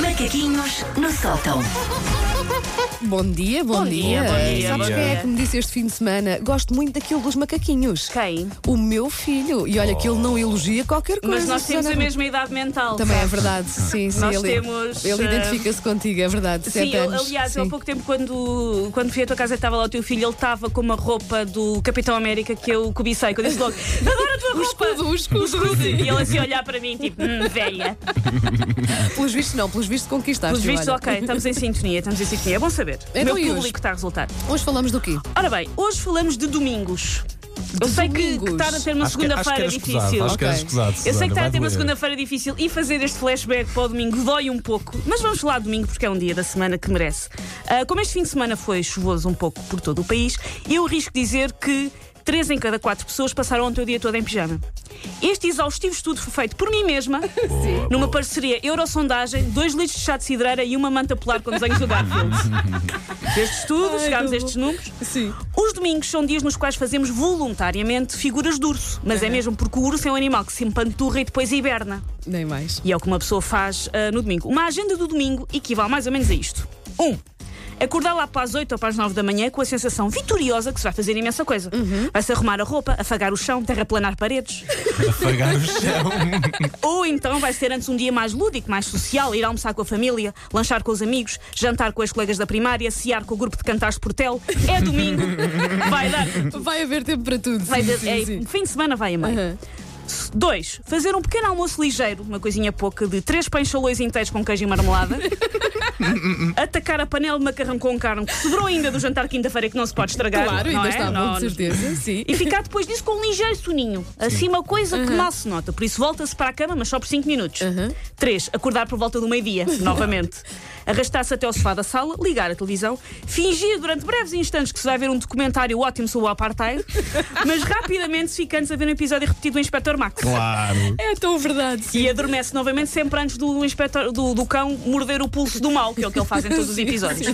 Macaquinhos no sótão. Bom dia, bom, Bom dia, bom dia, Sabes bom quem é dia. que me disse este fim de semana? Gosto muito daquilo dos macaquinhos. Quem? O meu filho. E olha que ele não elogia qualquer coisa. Oh. Mas nós temos Susana. a mesma idade mental. Também é verdade, sim, sim. Nós ele temos, ele eh, identifica-se contigo, é verdade. Sim, sete eu- anos. aliás, eu há Sim. pouco tempo, quando, quando fui à tua casa, estava lá o teu filho, ele estava com uma roupa do Capitão América que eu cobicei. Que eu disse logo: Agora a tua O roupa! escudo, o escudo. E ele assim a olhar para mim, tipo, hum, velha. Pelos vistos, não, pelos vistos conquistaste. Pelos vistos, olha. ok, estamos em sintonia, estamos em sintonia. É bom saber. Então, o meu e hoje? público está a resultar. Hoje falamos do quê? Ora bem, hoje falamos de domingos. eu sei que, que domingos. estar a ter uma Acho que- acho que segunda-feira era escusado, difícil. Acho que tá tipo era Ok. escusado, Eu sei Susana, que está a vai ter uma doer. segunda-feira difícil e fazer este flashback para o domingo dói um pouco, mas vamos falar de domingo porque é um dia da semana que merece. Ah, como este fim de semana foi chuvoso um pouco por todo o país, eu risco dizer que três em cada quatro pessoas passaram ontem o dia todo em pijama. Este exaustivo estudo foi feito por mim mesma, numa parceria Eurosondagem, dois litros de chá de cidreira e uma manta polar com desenhos do Garfield. Deste estudo, Ai, chegámos que a estes números. Sim. Os domingos são dias nos quais fazemos voluntariamente figuras de urso, mas é mesmo porque o urso é um animal que se empanturra e depois hiberna. Nem mais. E é o que uma pessoa faz ah, no domingo. Uma agenda do domingo equivale mais ou menos a isto: 1. Um, acordar lá para as 8 ou para as 9 da manhã com a sensação vitoriosa que se vai fazer imensa coisa. Vai-se arrumar a roupa, afagar o chão, terraplanar paredes. Afagar o chão. Ou então vai ser antes um dia mais lúdico, mais social, ir almoçar com a família, lanchar com os amigos, jantar com os colegas da primária, cear com o grupo de cantares de portel. É domingo, vai dar. Vai haver tempo para tudo. Vai sim, dar- sim, é, sim. Fim de semana vai a meio. Aham. Dois, fazer um pequeno almoço ligeiro, uma coisinha pouca, de três pães chalões inteiros com queijo e marmelada. Atacar a panela de macarrão com carne que sobrou ainda do jantar de quinta-feira que não se pode estragar. Claro, não ainda é? está bom, Não- de certeza. Sim. E ficar depois disso com um ligeiro soninho. Assim, uma coisa que mal se nota. Por isso, volta-se para a cama, mas só por cinco minutos. Três, acordar por volta do meio-dia, novamente. Arrastar-se até ao sofá da sala, ligar a televisão, fingir durante breves instantes que se vai ver um documentário ótimo sobre o apartheid, mas rapidamente se fica antes a ver um episódio repetido do Inspector Max. Claro. É tão verdade. sim. E adormece novamente sempre antes do, inspector, do, do cão morder o pulso do mal, que é o que ele faz em todos os episódios.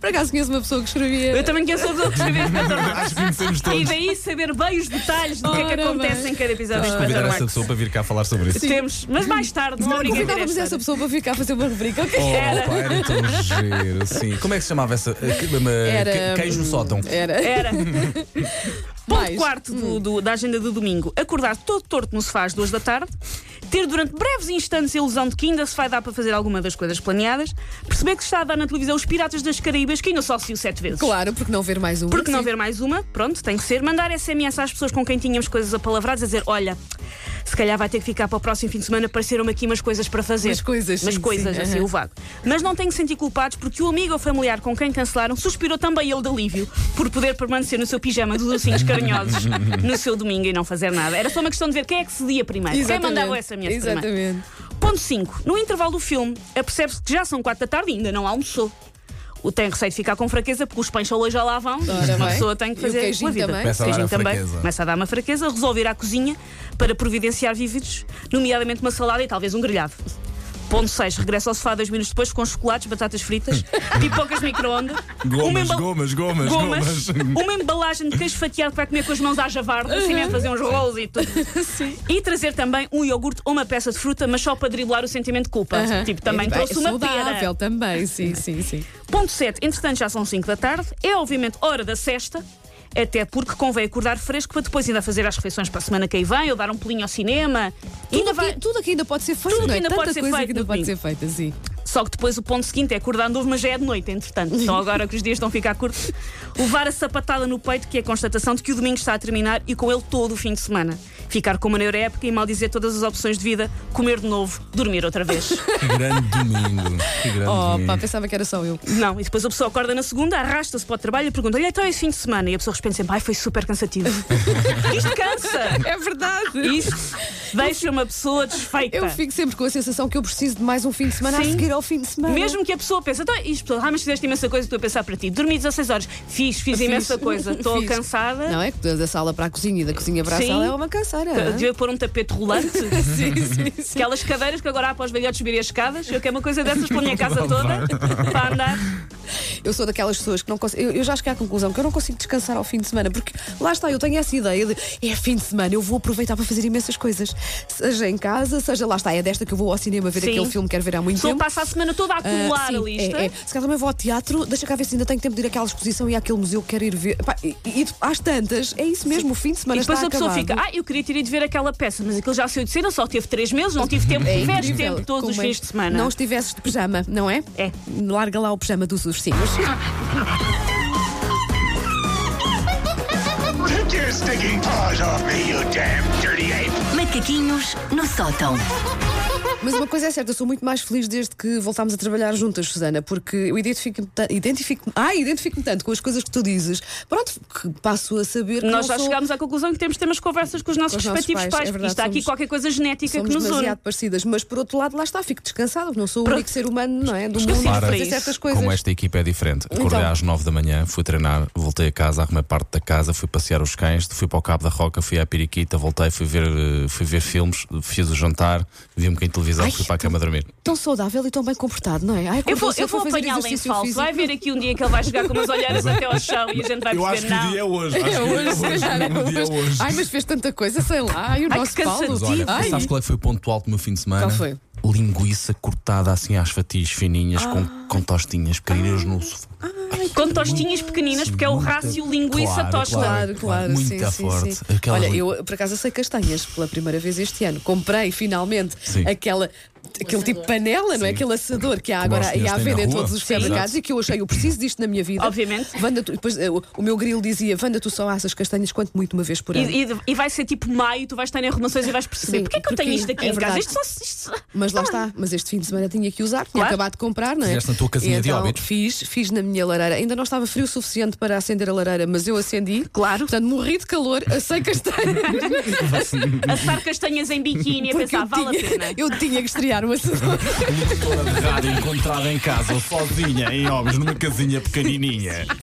Por acaso conheço uma pessoa que escrevia. Eu também conheço a pessoa que escreveu Inspector Max. Acho que conhecemos E todos. daí saber bem os detalhes do que é que Ora acontece bem. em cada episódio Vamos do convidar Inspector essa Max. pessoa para vir cá falar sobre isso. Temos, mas mais tarde, não Não, brincadeira convidávamos esta. essa pessoa para ficar a fazer uma rubrica. ok? Oh, pá, era tão giro, sim. Como é que se chamava essa? Era, Era... hum, é. Queijo eh, no sótão. Era. Era. Ponto Mais. quarto do- do- da agenda do domingo. Acordar todo torto no sofá às duas da tarde. Ter durante breves instantes a ilusão de que ainda se vai dar para fazer alguma das coisas planeadas. Perceber que se está a dar na televisão os Piratas das Caraíbas, que ainda só se viu sete vezes. Claro, porque não ver mais um. Porque não Sim. haver mais uma, pronto, tem que ser. Mandar SMS às pessoas com quem tínhamos coisas apalavradas a dizer: olha, se calhar vai ter que ficar para o próximo fim de semana, apareceram-me aqui umas coisas para fazer. Umas coisas, Umas sim, coisas, sim, assim, aham. o vago. Mas não tenho que sentir culpados porque o amigo ou familiar com quem cancelaram suspirou também ele de alívio por poder permanecer no seu pijama dos ursinhos carinhosos no seu domingo e não fazer nada. Era só uma questão de ver quem é que cedia primeiro, Exatamente. quem mandava o SMS primeiro. Exatamente. Ponto 5. No intervalo do filme, apercebe-se que já são 4 da tarde e ainda não almoçou. O tem receio de ficar com fraqueza porque os pães hoje já lá vão. Ora Uma bem. pessoa tem é? que E o fazer a queijinho sua vida. é? também. Começa a dar Queijinho a fraqueza. Começa a dar uma fraqueza, resolve ir à cozinha para providenciar vívidos, nomeadamente uma salada e talvez um grelhado. Ponto 6. Regressa ao sofá dois minutos depois com chocolates, batatas fritas, pipocas de micro-ondas, uma, Gomas, embal- gomas, gomas, gomas, gomas. uma embalagem de queijo fatiado que vai comer com as mãos à javarda, assim Uhum. mesmo fazer uns rolos e tudo. E trazer também um iogurte ou uma peça de fruta, mas só para driblar o sentimento de culpa. Aham. Tipo, também É, trouxe é uma saudável pera. também, sim, sim, sim. Ponto 7. Entretanto, já são 5 da tarde. É, obviamente, hora da cesta. Até porque convém acordar fresco para depois ainda fazer as refeições para a semana que aí vem, ou dar um pulinho ao cinema. ainda tudo, vai... aqui, tudo aqui ainda pode ser feito, Tudo não é? ainda Tanta pode ser coisa feito que ainda no pode ser feita, sim. Só que depois o ponto seguinte é acordar novo, mas já é de noite, entretanto. Então agora que os dias estão a ficar curtos, levar a sapatada no peito, que é a constatação de que o domingo está a terminar e com ele todo o fim de semana. Ficar com uma neurépica e mal dizer todas as opções de vida, comer de novo, dormir outra vez. Que grande domingo. Que grande Oh, pá, domingo. pensava que era só eu. Não, e depois a pessoa acorda na segunda, arrasta-se para o trabalho e pergunta: Olha, então é esse fim de semana? E a pessoa responde sempre: Ai, foi super cansativo. Isto cansa! É verdade. Isto deixa uma pessoa desfeita. Eu fico sempre com a sensação que eu preciso de mais um fim de semana a Sim. seguir ao fim de semana. Mesmo que a pessoa pense, então, isto, ah, mas fizeste imensa coisa, estou a pensar para ti. Dormi 16 horas, fiz, fiz imensa Fiz. coisa, estou Fiz. cansada. Não é? que Da sala para a cozinha e da cozinha para a Sim. sala é uma canseira. Eu Devia pôr um tapete rolante. Sim, sim, sim. Aquelas cadeiras que agora há para os velhotes subirem as escadas. Eu quero uma coisa dessas pela minha casa toda para andar. Eu sou daquelas pessoas que não consigo. Eu, eu já cheguei à conclusão que eu não consigo descansar ao fim de semana, porque lá está, eu tenho essa ideia de é fim de semana, eu vou aproveitar para fazer imensas coisas. Seja em casa, seja lá está, é desta que eu vou ao cinema ver Sim. aquele filme que quero ver há muito Só tempo. passa a semana toda a acumular Ah, sim, a lista. É, é. Se calhar também vou ao teatro, deixa cá ver se ainda tenho tempo de ir àquela exposição e àquele museu que quero ir ver. Pá, e, e às tantas, é isso mesmo, o fim de semana E depois está a pessoa acabado. fica, ah, eu queria ter ido ver aquela peça, mas aquilo já saiu de cena, só teve três meses, não tive tempo, É tiveste incrível tempo todos os como é fins que de semana. Não estivesses de pijama, não é? É. Larga lá o pijama dos ursinhos. Take your stinking paws off me, you damn dirty ape! Macaquinhos no sótão. Mas uma coisa é certa, eu sou muito mais feliz desde que voltámos a trabalhar juntas, Susana, porque eu identifico-me ta- identifico-me- ah, identifico tanto com as coisas que tu dizes. Pronto, que passo a saber que Nós não já sou- chegámos à conclusão que temos de ter umas conversas com os nossos Com os nossos respectivos pais, pais, é porque verdade, está aqui somos- qualquer coisa genética Somos que nos une. demasiado parecidas, mas por outro lado, lá está, fico descansada, não sou o único ser humano, não é? Do Esqueci mundo a para fazer isso. certas coisas. Como esta equipa é diferente. Acordei Então. às 9 da manhã, fui treinar, voltei a casa, arrumei parte da casa, fui passear os cães, fui para o Cabo da Roca, fui à Piriquita, voltei, fui ver, eh, fui ver filmes, fiz o jantar, vi um bocadinho de televisão, Ai, fui para a cama dormir. Tão saudável e tão bem comportado, não é? Ai, como Eu vou, você eu vou foi fazer apanhá-lo em exercício falso. físico. Vai ver aqui um dia que ele vai chegar com umas olheiras até ao chão e a gente vai perceber, não. hoje. É hoje, se calhar, é hoje. Ai, mas fez tanta coisa, sei lá. E o Ai, nosso que Paulo. Mas olha, Ai. sabes qual é que foi o ponto alto do meu fim de semana? Qual foi? Linguiça cortada assim às fatias fininhas Ah. com, com tostinhas pequeninas no sofá. Com tostinhas pequeninas, porque é o é muita- rácio linguiça Claro, tosta. Claro, claro, Muito sim, sim, forte. sim. Aquela- Olha, eu por acaso sei castanhas pela primeira vez este ano. Comprei finalmente Sim. aquela. Aquele tipo de panela, não é? Aquele assador que há Como agora os e senhores há à têm na venda em rua. todos os Sim. supermercados Exato. e que eu achei, eu preciso disto na minha vida. Obviamente. Wanda, tu- depois, eh, o, o meu grilo dizia: Vanda, tu só assas castanhas quanto muito uma vez por ano. E, e- e vai ser tipo maio, tu vais estar em arrumações e vais perceber Sim, porque é que eu porque tenho isto aqui é em casa. verdade. Isto só, isto só- Mas lá está, mas este fim de semana tinha que usar, tinha Ah. Claro. acabado de comprar, não é? Fizeste na tua casinha de então, óbitos. Fiz, fiz na minha lareira. Ainda não estava frio o suficiente para acender a lareira, mas eu acendi. Claro. Portanto, morri de calor, assei castanhas. assar castanhas em biquíni a porque pensar, eu, vale a tinha, pena. eu tinha que estrear o assador. Locutora de rádio encontrada em casa, sozinha, em obras, numa casinha pequenininha.